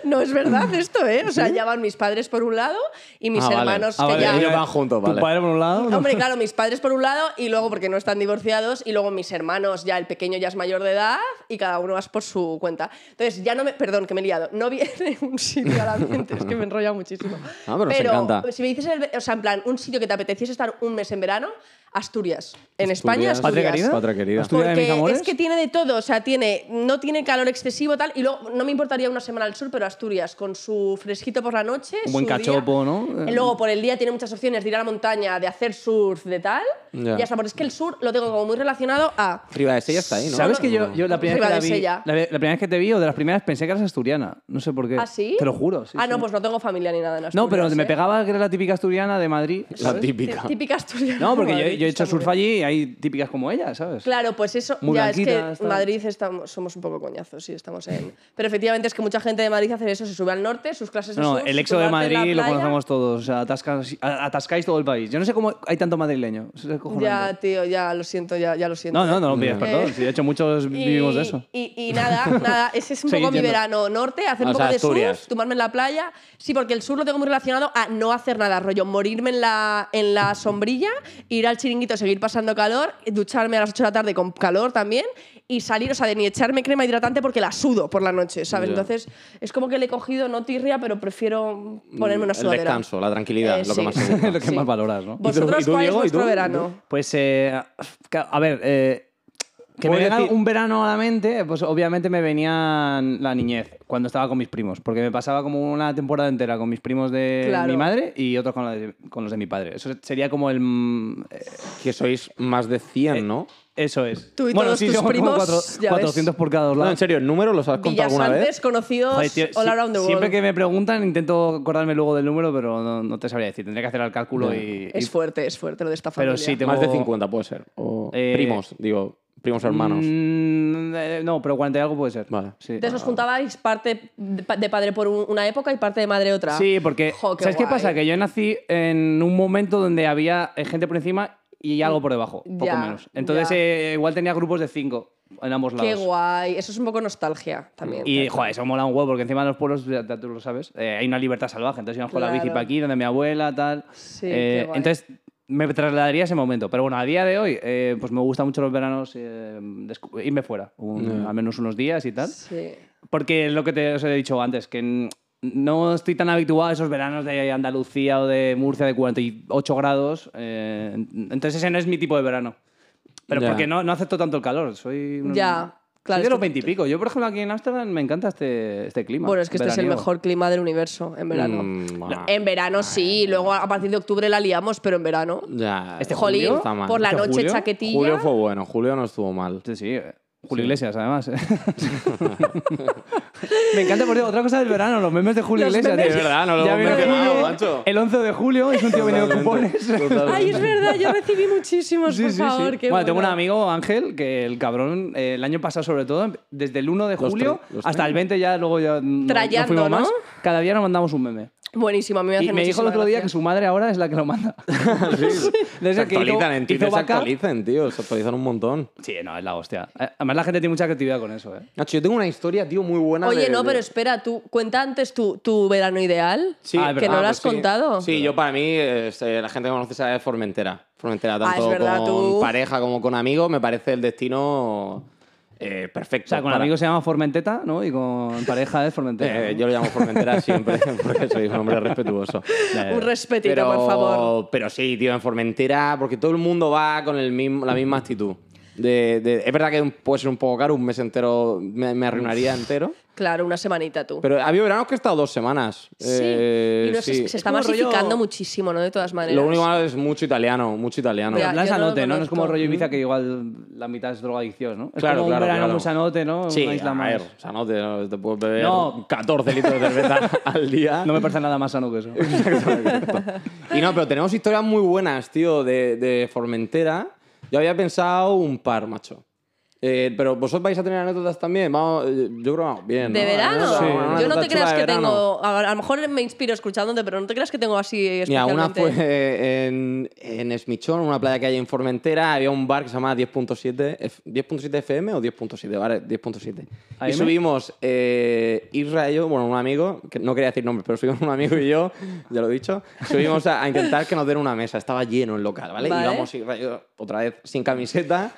B: No es verdad esto, ¿eh? O sea, ya van mis padres por un lado y mis
C: Ah, vale.
B: hermanos
C: Ah,
B: que
C: vale,
B: ya...
C: ellos van juntos,
A: Tu
C: vale.
A: padre por un lado.
B: Hombre, claro, mis padres por un lado y luego porque no están divorciados y luego mis hermanos, ya el pequeño ya es mayor de edad y cada uno vas por su cuenta. Entonces, ya no me... Perdón, que me he liado. No viene un sitio a la mente, es que me enrolla muchísimo.
C: Ah, pero nos encanta.
B: si me dices, el ve- o sea, en plan, un sitio que te apeteciese estar un mes en verano, Asturias. En
C: Asturias.
B: España, Asturias.
A: ¿Patria querida?
C: Patria querida.
A: ¿Asturias de mis
B: Porque
A: amores?
B: es que tiene de todo, o sea, tiene, no tiene calor excesivo tal, y luego no me importaría una semana al sur, pero Asturias, con su fresquito por la noche.
A: Un buen
B: su día.
A: cachopo, ¿no?
B: Y luego por el día tiene muchas opciones de ir a la montaña, de hacer surf, de tal.
C: Ya.
B: Y hasta porque es que el sur lo tengo como muy relacionado a.
C: Arriba de ella está ahí, ¿no?
A: ¿Sabes que yo, yo la primera vez que la vi,
B: Ribadesella.
A: la, ve- la primera vez que te vi o de las primeras pensé que eras asturiana? No sé por qué.
B: ¿Ah, sí?
A: Te lo juro. sí,
B: ah,
A: sí.
B: no, pues no tengo familia ni nada en Asturias.
A: No, pero me
B: ¿eh?
A: pegaba que era la típica asturiana de Madrid.
C: La
A: ¿sabes?
C: típica.
B: Típica asturiana.
A: No, porque yo,
B: Madrid,
A: yo he
B: está
A: hecho
B: muy
A: surf
B: bien.
A: allí y hay típicas como ella, ¿sabes?
B: Claro, pues eso,
A: Muy
B: ya es que
A: blanquitas, tal.
B: en Madrid estamos, somos un poco coñazos, sí, estamos en... Pero efectivamente es que mucha gente de Madrid hace eso, se sube al norte, sus clases de
A: No, no,
B: surf,
A: el
B: su
A: exo de
B: bar en la
A: Madrid lo
B: playa.
A: conocemos todos. O sea, atascas- a- atascáis todo el país. Yo no sé cómo hay tanto madrileño. es acojonante.
B: Ya, tío, ya, lo siento, ya, ya lo siento.
A: No, no, no lo pides
C: Eh,
A: perdón. Sí, de hecho, muchos vivimos de eso.
B: Y, y nada, nada, ese es un
A: Seguid
B: poco mi
A: yendo.
B: verano norte, hacer
C: O
B: un poco
C: sea,
B: de surf,
C: Asturias.
B: tumarme en la playa. Sí, porque el sur lo tengo muy relacionado a no hacer nada, rollo, morirme en la, en la sombrilla, ir al chiringuito, seguir pasando calor, ducharme a las 8 de la tarde con calor también y salir, o sea, de ni echarme crema hidratante porque la sudo por la noche, ¿sabes?
C: Ya.
B: Entonces, es como que le he cogido, no tirria, pero prefiero ponerme una
C: El
B: sudadera.
C: descanso, la tranquilidad,
B: Eh,
C: lo que
B: sí.
C: más te gusta.
A: lo que
B: Sí.
A: más valoras, ¿no?
B: ¿Vosotros
C: ¿Y tú,
B: cuál
C: Diego? ¿Y
B: es vuestro
C: tú?
B: verano?
A: Pues, eh, a ver, eh, que me
C: Puedes
A: venga
C: decir-
A: un verano a la mente, pues obviamente me venía la niñez, cuando estaba con mis primos, porque me pasaba como una temporada entera con mis primos de
B: Claro.
A: mi madre y otros con, la de- con los de mi padre. Eso sería como el... mm, eh,
C: Que sois más de 100, ¿no?
A: Eso es.
B: Tú y todos tus
A: somos como
B: primos, ya ves.
A: 400 por cada dos
C: No,
A: lados.
C: en serio, ¿el número los has contado alguna
B: Villasantes,
C: vez?
B: conocidos
A: Joder, tío,
B: all
A: sí-
B: around the world.
A: Siempre que me preguntan intento acordarme luego del número, pero no, no te sabría decir. Tendría que hacer el cálculo y...
B: Es
A: y-
B: fuerte, es fuerte lo de esta familia.
A: Pero sí, tengo...
C: Más de 50 puede ser. O
A: Eh,
C: primos, digo, primos hermanos.
A: Mm, eh, no, pero 40 y algo puede ser.
C: Vale.
A: Sí.
B: Entonces os juntabais parte de pa- de padre por un- una época y parte de madre otra.
A: Sí, porque.
B: Jo,
A: ¿Sabes qué
B: guay.
A: pasa? Que yo nací en un momento donde había eh, gente por encima y algo por debajo, poco
B: Ya,
A: menos. Entonces,
B: ya.
A: eh, igual tenía grupos de cinco en ambos lados.
B: Qué guay. Eso es un poco nostalgia también.
A: Y, joder, eso mola un huevo, porque encima de los pueblos, ya- ya tú lo sabes, eh, hay una libertad salvaje. Entonces íbamos con la bici
B: Claro.
A: para aquí, donde mi abuela, tal.
B: Sí,
A: Eh,
B: qué guay.
A: Entonces me trasladaría a ese momento. Pero bueno, a día de hoy, eh, pues me gustan mucho los veranos eh, descu- irme fuera, un- al menos unos días y tal.
B: Sí.
A: Porque es lo que te os he dicho antes, que n- no estoy tan habituado a esos veranos de Andalucía o de Murcia de 48 grados. eh, entonces ese no es mi tipo de verano. Pero
C: Ya.
A: porque no, no acepto tanto el calor. Soy, un-
B: Ya,
A: soy
B: claro,
A: de
B: es
A: los
B: que-
A: 20 y pico. Yo, por ejemplo, aquí en Ámsterdam me encanta este, este clima.
B: Bueno, es que este es el
A: veraniego.
B: mejor clima del universo en verano.
C: Mm, bah.
B: En verano sí, luego a partir de octubre la liamos, pero en verano.
C: Ya.
A: Este
B: Jolín,
A: julio
C: está mal.
B: por la
A: ¿Este
B: noche
A: julio?
B: chaquetilla.
C: Julio fue bueno, Julio no estuvo mal.
A: Sí, sí. eh, Julio Iglesias, además. eh. me encanta, por cierto, otra cosa del verano, los memes de Julio
B: Los
A: Iglesias.
B: memes.
A: tío.
C: Es verdad, no lo
A: Ya
C: hemos
A: viene
C: mencionado,
A: julio,
C: macho.
A: El 11 de julio es un tío vendiendo cupones.
B: Ay, es verdad, yo recibí muchísimos, por favor. qué
A: bueno, tengo un
B: bueno.
A: amigo, Ángel, que el cabrón, eh, el año pasado sobre todo, desde el 1 de
C: Los
A: julio
C: tre- los
A: hasta el
C: tres.
A: 20 ya, luego ya no- no,
B: Trayando,
A: fuimos
B: ¿no?
A: más, cada día nos mandamos un meme.
B: Buenísimo, a mí me
A: Y
B: hace
A: me dijo el
B: muchísima
A: otro día que
B: gracia.
A: su madre ahora es la que lo manda.
C: Sí.
A: Desde
C: se
A: que hizo-
C: actualizan, en Twitter
A: hizo
C: se
A: vaca-
C: actualizan, tío. Se actualizan un montón.
A: Sí, no, es la hostia. Eh, Además la gente tiene mucha creatividad con eso, ¿eh?
C: Nacho, yo tengo una historia, tío, muy buena.
B: Oye,
C: de-
B: no,
C: de-
B: pero espera, tú cuenta antes tu, tu verano ideal.
C: Sí.
A: Ah, es
B: que
A: verdad,
B: no lo
C: pues
B: has
C: sí.
B: contado.
C: Sí, yo para mí, eh, eh, la gente que conoce sabe Formentera. Formentera,
B: Ah, es
C: tanto
B: verdad,
C: con
B: tú.
C: pareja como con amigos, me parece el destino eh, perfecto.
A: O sea, con
C: para-
A: amigos se llama Formenteta, ¿no? Y con pareja es Formenteta.
C: Eh,
A: ¿no?
C: yo lo llamo Formentera siempre, porque soy un hombre respetuoso. Eh,
B: Un respetito,
C: Pero-
B: por favor.
C: Pero sí, tío, en Formentera, porque todo el mundo va con el mismo, la misma actitud. De- de- es verdad que un- puede ser un poco caro, un mes entero me, me arruinaría entero.
B: Claro, una semanita tú.
C: Pero ha habido veranos que he estado dos semanas.
B: Sí,
C: Eh,
B: y no sé,
C: sí.
B: se está
A: Es como rollo-
B: masificando muchísimo, ¿no? De todas maneras.
C: Lo único malo es mucho italiano, mucho italiano.
B: Ya.
A: En plan
B: yo no lo
A: sanote, ¿no? No es como
B: conozco. Mm.
A: rollo Ibiza que igual la mitad es drogadicción, ¿no? Es
C: Claro,
A: como un
C: claro,
A: verano
C: claro.
A: muy sanote, ¿no?
C: Sí,
A: Una isla
C: a
A: más.
C: ver, o sea, no te, no te puedes beber
A: No.
C: 14 litros de cerveza al día.
A: No me parece nada más sano que eso.
C: Exacto, exacto. Y no, pero tenemos historias muy buenas, tío, de, de Formentera. Yo había pensado un par, macho. Eh, pero vosotros vais a tener anécdotas también. Vamos, eh, yo creo que vamos bien.
B: ¿De
C: ¿no?
B: verano?
C: Anécdota- una
B: Yo no
C: anécdota
B: te
C: chula
B: creas
C: de
B: que
C: verano.
B: tengo... A, a lo mejor me inspiro escuchándote, pero no te creas que tengo así
C: Mira,
B: especialmente...
C: una fue eh, en, en Esmichón, una playa que hay en Formentera, había un bar que se llamaba 10.7 F- 10.7 FM o 10.7, vale, 10.7.
A: AM.
C: Y subimos eh, Isra y yo, bueno, un amigo, que no quería decir nombres, pero subimos un amigo y yo, ya lo he dicho, subimos a, a intentar que nos den una mesa, estaba lleno el local, ¿vale?
B: Vale.
C: Y vamos Isra y yo otra vez sin camiseta,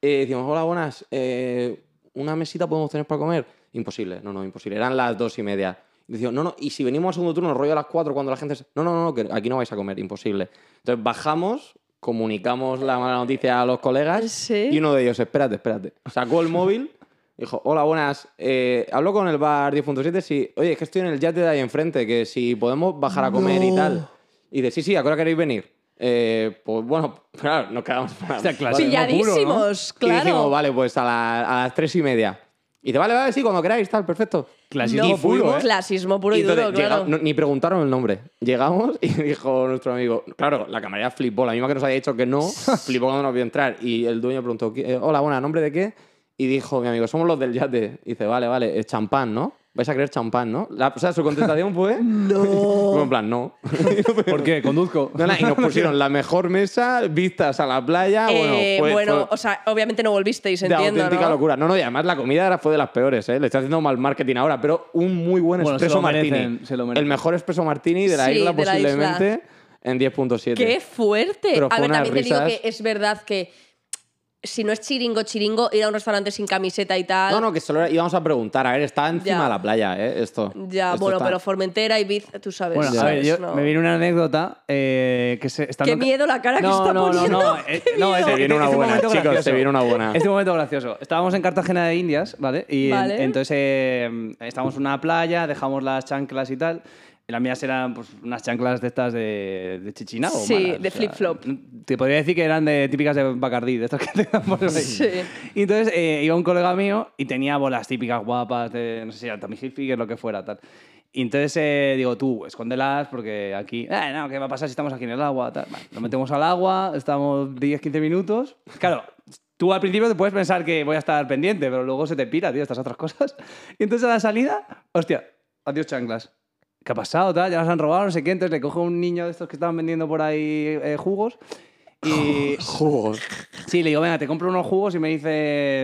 C: eh, decimos, hola, buenas, eh, ¿una mesita podemos tener para comer? Imposible, no, no, imposible, eran las dos y media. Y decimos, no, no, y si venimos al segundo turno, rollo a las cuatro, cuando la gente... se- No, no, no, que aquí no vais a comer, imposible. Entonces bajamos, comunicamos la mala noticia a los colegas
B: Sí.
C: y uno de ellos, espérate, espérate, sacó el móvil, dijo, hola, buenas, eh, hablo con el bar 10.7, sí, oye, es que estoy en el yate de ahí enfrente, que si podemos bajar a comer y tal. Y dice, sí, sí, ¿a qué hora queréis venir? Eh, pues bueno, claro, nos quedamos para...
A: Hostia, claro.
C: vale.
B: Pilladísimos,
C: Y dijimos,
B: claro.
C: vale, pues a, la- a las tres y media. Y dice, vale, vale, sí, cuando queráis, tal, perfecto.
A: Clasismo
C: Y fuimos,
A: puro, ¿eh?
B: Clasismo puro y,
C: entonces
B: duro,
C: llega-
B: claro.
C: no- ni preguntaron el nombre. Llegamos y dijo nuestro amigo, claro, la camarera flipó, la misma que nos había dicho que no, flipó cuando nos vio entrar. Y el dueño preguntó, "¿Qui- eh, hola, buena, ¿nombre de qué? Y dijo, mi amigo, somos los del yate. Y dice, vale, vale, es champán, ¿no? Vais a creer champán, ¿no? La- o sea, su contestación fue... no. en plan, no.
A: ¿Por qué? Conduzco.
C: No, nada, y nos pusieron la mejor mesa, vistas a la playa.
B: Eh,
C: ah, bueno, fue-
B: bueno,
C: fue-
B: o sea, obviamente no volvisteis,
C: de
B: entiendo,
C: auténtica
B: ¿no?
C: locura. No, no, y además la comida era fue de las peores, ¿eh? Le está haciendo mal marketing ahora, pero un muy buen
A: Bueno, se
C: espresso
A: lo merecen,
C: martini.
A: se lo merecen.
C: el mejor espresso martini de la
B: Sí,
C: isla
B: de la isla.
C: posiblemente en 10.7.
B: ¡Qué fuerte!
C: Pero
B: a
C: fue ¿eh?
B: ver,
C: unas
B: también te digo
C: risas.
B: que es verdad que si no es chiringo, chiringo, ir a un restaurante sin camiseta y tal.
C: No, no, que solo íbamos a preguntar. A ver, está encima
B: Ya.
C: de la playa, ¿eh? Esto.
B: Ya,
C: Esto
B: bueno,
C: está-
B: pero Formentera y Biz, tú sabes.
A: Bueno, a
B: ¿sabes?
A: ver, yo,
B: No.
A: me viene una anécdota eh, que se, estando
B: Qué miedo la cara que se está
A: no,
B: poniendo.
A: No, no,
B: Qué
A: eh, no,
B: miedo.
A: es-
C: Se viene
A: es-
C: una
A: es un
C: buena,
A: momento
C: chicos,
A: gracioso.
C: se viene una buena.
A: Este momento gracioso. Estábamos en Cartagena de Indias, ¿vale? Y en-
B: Vale.
A: entonces eh, estábamos en una playa, dejamos las chanclas y tal. Y Las mías eran pues, unas chanclas de estas de, de chichina o
B: Sí,
A: malas,
B: de
A: o sea,
B: flip-flop.
A: Te podría decir que eran de típicas de Bacardí, de estas que te dan por ahí.
B: Sí.
A: Y entonces eh, iba un colega mío y tenía bolas típicas guapas de, no sé si era Tommy Hilfiger, lo que fuera, tal. Y entonces eh, digo, tú, escóndelas porque aquí... "Ah, no, ¿qué va a pasar si estamos aquí en el agua? Tal. Vale, lo metemos al agua, estamos 10, 15 minutos. Claro, tú al principio te puedes pensar que voy a estar pendiente, pero luego se te pira, tío, estas otras cosas. Y entonces a la salida, hostia, adiós chanclas. ¿Qué ha pasado? Tal? Ya las han robado, no sé qué. Entonces le coge un niño de estos que estaban vendiendo por ahí eh, jugos y
C: Jugos.
A: Sí, le digo, venga, te compro unos jugos y me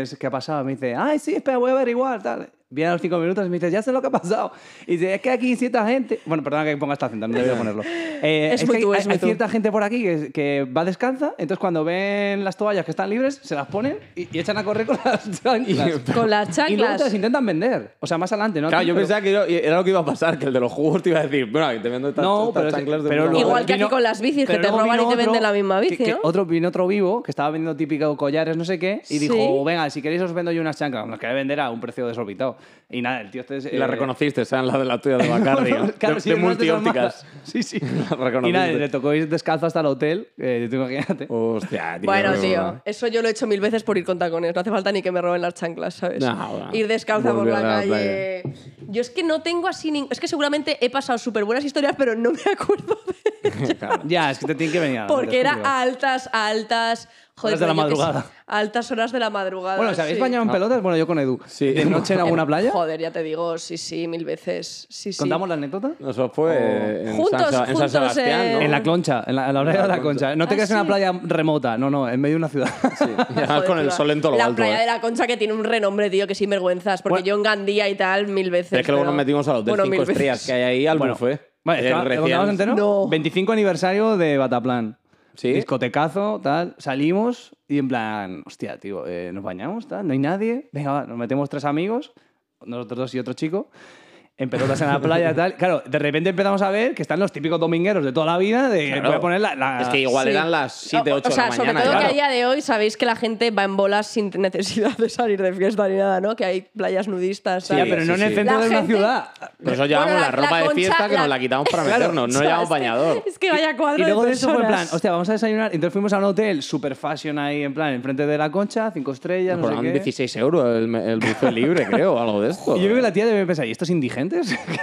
A: dices, ¿qué ha pasado? Me dice, ay, sí, espera, voy a averiguar, tal. Viene a los cinco minutos y me dice, ya sé lo que ha pasado. Y dice, es que aquí hay cierta gente... Bueno, perdona que ponga esta cinta, no debía ponerlo. Eh,
B: Es muy
A: que
B: tú,
A: hay,
B: es muy
A: hay
B: tú.
A: cierta gente por aquí que, que va descansa, entonces cuando ven las toallas que están libres, se las ponen y, y echan a correr con las chanclas.
B: Con las
A: Y luego te
B: chanclas.
A: las intentan vender. O sea, más adelante, ¿no?
C: Claro,
A: Aquí,
C: yo
A: pero-
C: pensaba que era- era lo que iba a pasar, que el de los jugos te iba a decir, bueno, que te vendo estas,
A: No,
C: estas
A: pero,
C: chanclas de
A: pero
C: puta
A: luego
B: Igual
C: madre".
B: que aquí con las bicis, que
A: pero
B: te
A: luego
B: roban
A: vino
B: y te venden la misma
A: que-
B: bici,
A: que
B: ¿no?
A: otro, vino otro vivo que estaba vendiendo típico collares, no sé qué, y
B: Sí.
A: dijo, venga, si queréis os vendo yo unas chanclas. Nos quería vender a un precio desorbitado. Y nada, el tío este...
C: Y la reconociste, sean las de la tuya de Bacardi. ¿no?
A: Claro,
C: de
A: sí,
C: de
A: no es de esas
C: multiópticas.
A: malas. Sí, sí.
C: La
A: Y nada,
C: reconociste.
A: le tocó ir descalzo hasta el hotel, eh, tú imagínate.
C: Oh. Hostia, tío.
B: Bueno,
C: qué
B: tío,
A: ¿eh?
C: broma.
B: eso yo lo he hecho mil veces por ir con tacones. No hace falta ni que me roben las chanclas, ¿sabes?
C: No, bueno.
B: ir descalza por
C: Volver
B: la
C: a la
B: calle. Yo es que no tengo así... nin- Es que seguramente he pasado súper buenas historias, pero no me acuerdo de
C: Claro.
A: Ya, es que te tienen que venir a la mente,
B: Porque era
A: Julio.
B: a altas, a altas. Joder,
A: Horas de la
B: pero yo qué sé,
A: madrugada.
B: a altas horas de la madrugada.
A: Bueno, ¿sabéis
B: sí.
A: bañado en pelotas? Bueno, yo con Edu.
C: Ah. Sí.
A: ¿De noche en alguna playa?
B: Joder, ya te digo, sí, sí, mil veces. Sí, sí.
A: ¿Contamos la anécdota?
C: Eso fue
A: O-
C: en,
B: Juntos,
C: San, Seba- en San
B: juntos,
C: Sebastián,
B: eh,
C: ¿no?
A: En la cloncha, en la, en la orilla de la concha. No te
B: ¿Ah,
A: quedes en
B: sí?
A: una playa remota, no, no, en medio de una ciudad.
C: Y además
B: Joder,
C: con el
B: tío,
C: sol en todo lo
B: La
C: alto.
B: playa
C: eh.
B: de la Concha que tiene un renombre, tío, que sin vergüenzas. Porque
A: Bueno.
B: yo en Gandía y tal, mil veces.
C: es que luego
B: pero-
C: nos metimos al hotel
B: Bueno,
C: cinco
B: mil veces.
C: estrellas que hay ahí al buffet.
A: Vale,
C: El
A: ¿está- ¿lo contamos
C: Eh, recién-
A: entero?
B: No.
A: 25 aniversario de Bataplan.
C: Sí.
A: Discotecazo, tal. Salimos y en plan, hostia, tío, eh, nos bañamos, tal, no hay nadie. Venga, va, nos metemos tres amigos, nosotros dos y otro chico. En pelotas en la playa, tal. Claro, de repente empezamos a ver que están los típicos domingueros de toda la vida. De,
C: Claro.
A: Voy a poner la. la-
C: Es que igual
B: Sí.
C: eran las 7, 8
B: O sea,
C: de la mañana.
B: sobre todo
C: claro.
B: que a día de hoy sabéis que la gente va en bolas sin necesidad de salir de fiesta ni nada, ¿no? Que hay playas
A: Ya,
B: nudistas. ¿sabes?
A: pero
C: Sí,
A: no
C: sí,
A: en el
C: sí.
A: centro
B: La
A: de una
B: gente-
A: ciudad.
C: Por eso llevamos
B: Bueno,
C: la, ropa de
B: concha-
C: fiesta que
B: la-
C: nos la quitamos para meternos, no
B: ¿sabes?
C: llevamos bañador.
B: Es que vaya cuadro
A: Y luego de
B: de
A: eso fue en plan,
B: personas.
A: hostia, vamos a desayunar. Entonces fuimos a un hotel super fashion ahí, en plan, enfrente de la concha, cinco estrellas, no sé
C: Cobraban
A: qué.
C: 16 euros el, el buffet libre, creo, o algo de esto.
A: Y yo creo que la tía debe pensar, ¿y estos indigentes? ¿Qué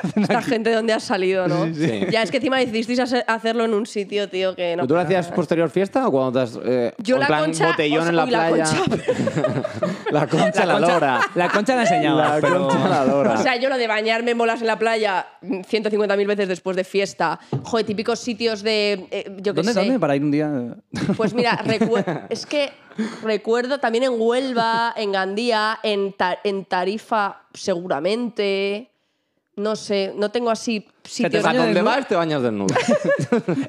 A: hacen
B: Esta
A: aquí?".
B: gente de dónde ha salido, ¿no?
C: Sí, sí.
B: Ya es que encima decidisteis hacer- hacerlo en un sitio, tío, que no.
C: ¿Tú lo hacías posterior fiesta o cuando te has. eh,
B: Yo
C: en
B: la
C: plan
B: concha-
C: botellón
B: o sea,
C: en la
B: uy, la
C: playa? La concha, la lora.
A: La concha la enseñaba,
C: La
A: pero...
C: concha la lora.
B: O sea, yo lo de bañarme en bolas en la playa mm, 150.000 veces después de fiesta. Joder, típicos sitios de. eh, yo qué
A: ¿Dónde,
B: sé.
A: dónde? Para ir un día...
B: Pues mira, recue- es que recuerdo también en Huelva, en Gandía, en, Ta- en Tarifa, seguramente. No sé, no tengo así
A: te
B: sitios.
A: va
C: A
A: baño
C: donde
A: desnudo.
C: vas te bañas desnudo.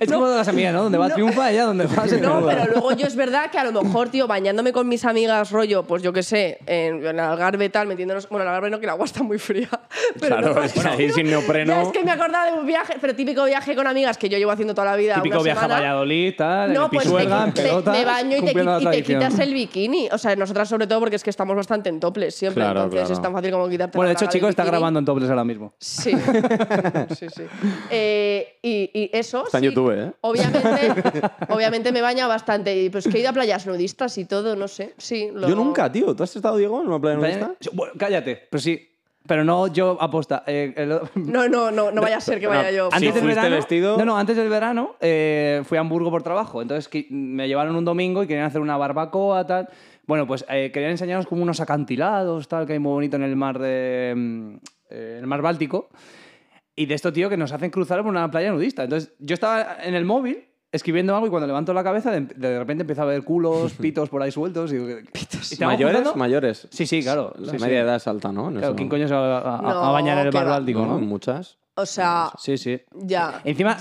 A: Es como todas las amigas, ¿no? Donde va triunfa, allá donde va se
B: No,
A: desnuda.
B: pero luego yo es verdad que a lo mejor, tío, bañándome con mis amigas, rollo, pues yo qué sé, en, en Algarve tal, metiéndonos. Bueno, en Algarve no, que el agua está muy fría. Pero
C: Claro,
B: no,
C: es que
B: bueno,
C: ahí sin neopreno.
B: Ya, es que me acordaba de un viaje, pero típico viaje con amigas que yo llevo haciendo toda la vida.
A: Típico
B: una
A: viaje a
B: semana.
A: Valladolid, tal, en
B: No, pues te,
A: pisuerga, en
B: te-
A: pelotas,
B: me baño y te,
A: cumpliendo
B: qui-
A: la
B: y te
A: tradición.
B: quitas el bikini. O sea, nosotras sobre todo porque es que estamos bastante en toples siempre,
C: Claro,
B: entonces
C: claro.
B: es tan fácil como quitarte
A: Bueno, de
B: la
A: hecho,
B: braga del
A: chicos, está
B: bikini.
A: grabando en dobles ahora mismo.
B: Sí, sí, sí. Eh, y, y eso.
C: Está en
B: sí,
C: YouTube, ¿eh?
B: Obviamente, obviamente me baña bastante. Y pues que he ido a playas nudistas y todo, no sé. Sí, lo-
C: Yo nunca, tío. ¿Tú has estado, Diego, en una playa nudista?
A: Sí, bueno, cállate, pero sí. Pero no yo aposta. eh, el-
B: No, no, no, no vaya a ser que vaya yo.
C: Antes
A: del
C: fuiste vestido-
A: No, no, antes del verano eh, fui a Hamburgo por trabajo. Entonces qui- me llevaron un domingo y querían hacer una barbacoa, tal. Bueno, pues eh, querían enseñarnos como unos acantilados, tal, que hay muy bonito en el mar de, mm, eh, el mar Báltico. Y de esto, tío, que nos hacen cruzar por una playa nudista. Entonces, yo estaba en el móvil escribiendo algo y cuando levanto la cabeza, de, de repente empiezo a ver culos, pitos por ahí sueltos. Y, pitos.
C: ¿Mayores? ¿Mayores?
A: Sí, sí, claro.
C: La
A: sí, sí.
C: media edad es alta, ¿no? En
A: Claro,
C: eso.
A: ¿quién coño se va a, a-
B: No,
A: a bañar en el
B: qué
A: mar
B: va.
A: Báltico,
C: No,
A: no?
C: muchas.
B: O sea,
A: Sí, sí.
B: ya.
A: Encima,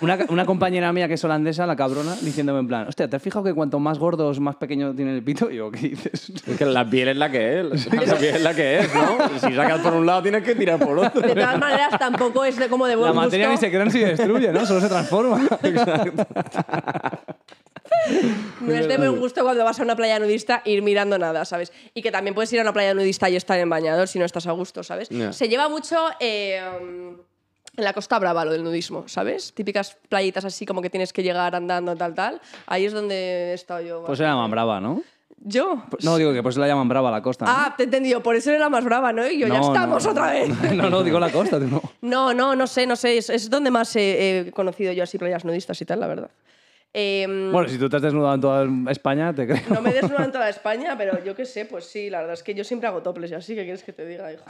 A: una, una compañera mía que es holandesa, la cabrona, diciéndome en plan, hostia, ¿te has fijado que cuanto más gordos, más pequeño tiene el pito? Y yo, ¿qué dices?
C: Es que la piel es la que es. La piel es la que es, ¿no? Y si sacas por un lado, tienes que tirar por otro.
B: De todas maneras, tampoco es de como de buen
A: La materia ni
B: gusto.
A: se crea ni se destruye, ¿no? Solo se transforma.
B: No es de buen gusto cuando vas a una playa nudista ir mirando nada, ¿sabes? Y que también puedes ir a una playa nudista y estar en bañador si no estás a gusto, ¿sabes?
C: Ya.
B: Se lleva mucho eh, en la Costa Brava lo del nudismo, ¿sabes? Típicas playitas así como que tienes que llegar andando, tal, tal. Ahí es donde he estado yo.
A: Pues se la llaman brava, ¿no?
B: ¿Yo?
A: No, digo que pues se la llaman brava la costa. ¿no?
B: Ah, te he entendido. Por eso era la más brava, ¿no? Y yo, ya
A: No,
B: estamos
A: no.
B: otra vez.
A: No, no, digo la costa, tú no.
B: No, no, no sé, no sé. Es, es donde más he, he conocido yo así playas nudistas y tal, la verdad. Em,
A: Bueno, si tú te has desnudado en toda España, te creo.
B: No me desnudan toda España, pero yo qué sé, pues sí, la verdad es que yo siempre hago toples y así, ¿qué quieres que te diga, hijo?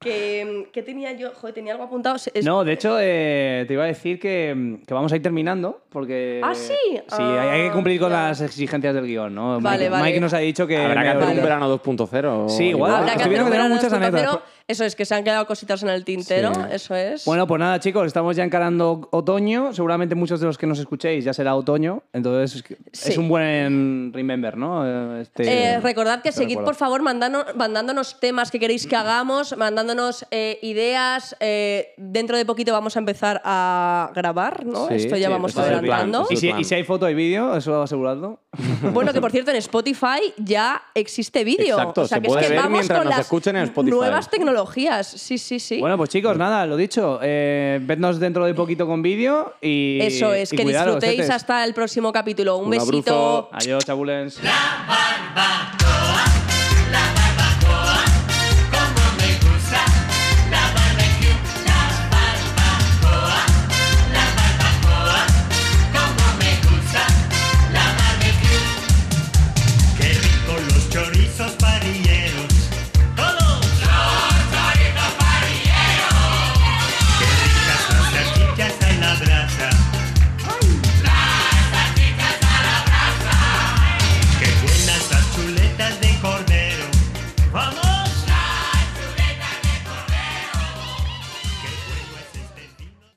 B: que, que tenía yo, joder, tenía algo apuntado. se- es-
A: No, de hecho, eh, te iba a decir que, mm, que vamos a ir terminando, porque...
B: ¿Ah, sí?
A: Sí, hay, hay que cumplir con
B: Ah, ya.
A: las exigencias del guión, ¿no?
B: Vale,
A: Mike,
B: vale.
A: Mike nos ha dicho que...
C: Habrá que hacer
B: Vale.
C: un verano 2.0.
A: Sí, igual.
B: Habrá Ah,
A: Estuvieron que
B: que hacer un
A: tenemos
B: verano
A: muchas
B: 2.0,
A: anécdotas.
B: Eso es, que se han quedado cositas en el tintero,
C: Sí.
B: eso es.
A: Bueno, pues nada, chicos, estamos ya encarando otoño. Seguramente muchos de los que nos escuchéis ya será otoño. Entonces es que-
B: Sí.
A: es un buen remember, ¿no? Eh, Este,
B: Eh, recordad que
A: este
B: seguid,
A: recuerdo.
B: por favor, mandando- mandándonos temas que queréis que hagamos, mandándonos eh, ideas. eh, dentro de poquito vamos a empezar a grabar, ¿no?
C: Sí,
B: Esto ya
C: sí,
B: vamos
C: ese es el plan.
B: adelantando.
A: Y
C: Ese
A: si,
C: plan.
A: y si hay foto y vídeo, eso asegurarlo.
B: Bueno, que por cierto, en Spotify ya existe vídeo.
C: Exacto,
B: o sea,
C: se
B: que
C: puede
B: es que
C: ver
B: vamos
C: mientras
B: con
C: nos
B: las
C: escuchen en Spotify.
B: Nuevas tecnologías, sí, sí, sí.
A: Bueno, pues chicos, nada, lo dicho. Eh, vednos dentro de poquito con vídeo y.
B: Eso es,
A: y
B: que
A: cuidaros,
B: disfrutéis
A: jetes.
B: hasta el próximo capítulo. Un,
C: Un
B: besito.
C: abrazo.
A: Adiós, chabulens.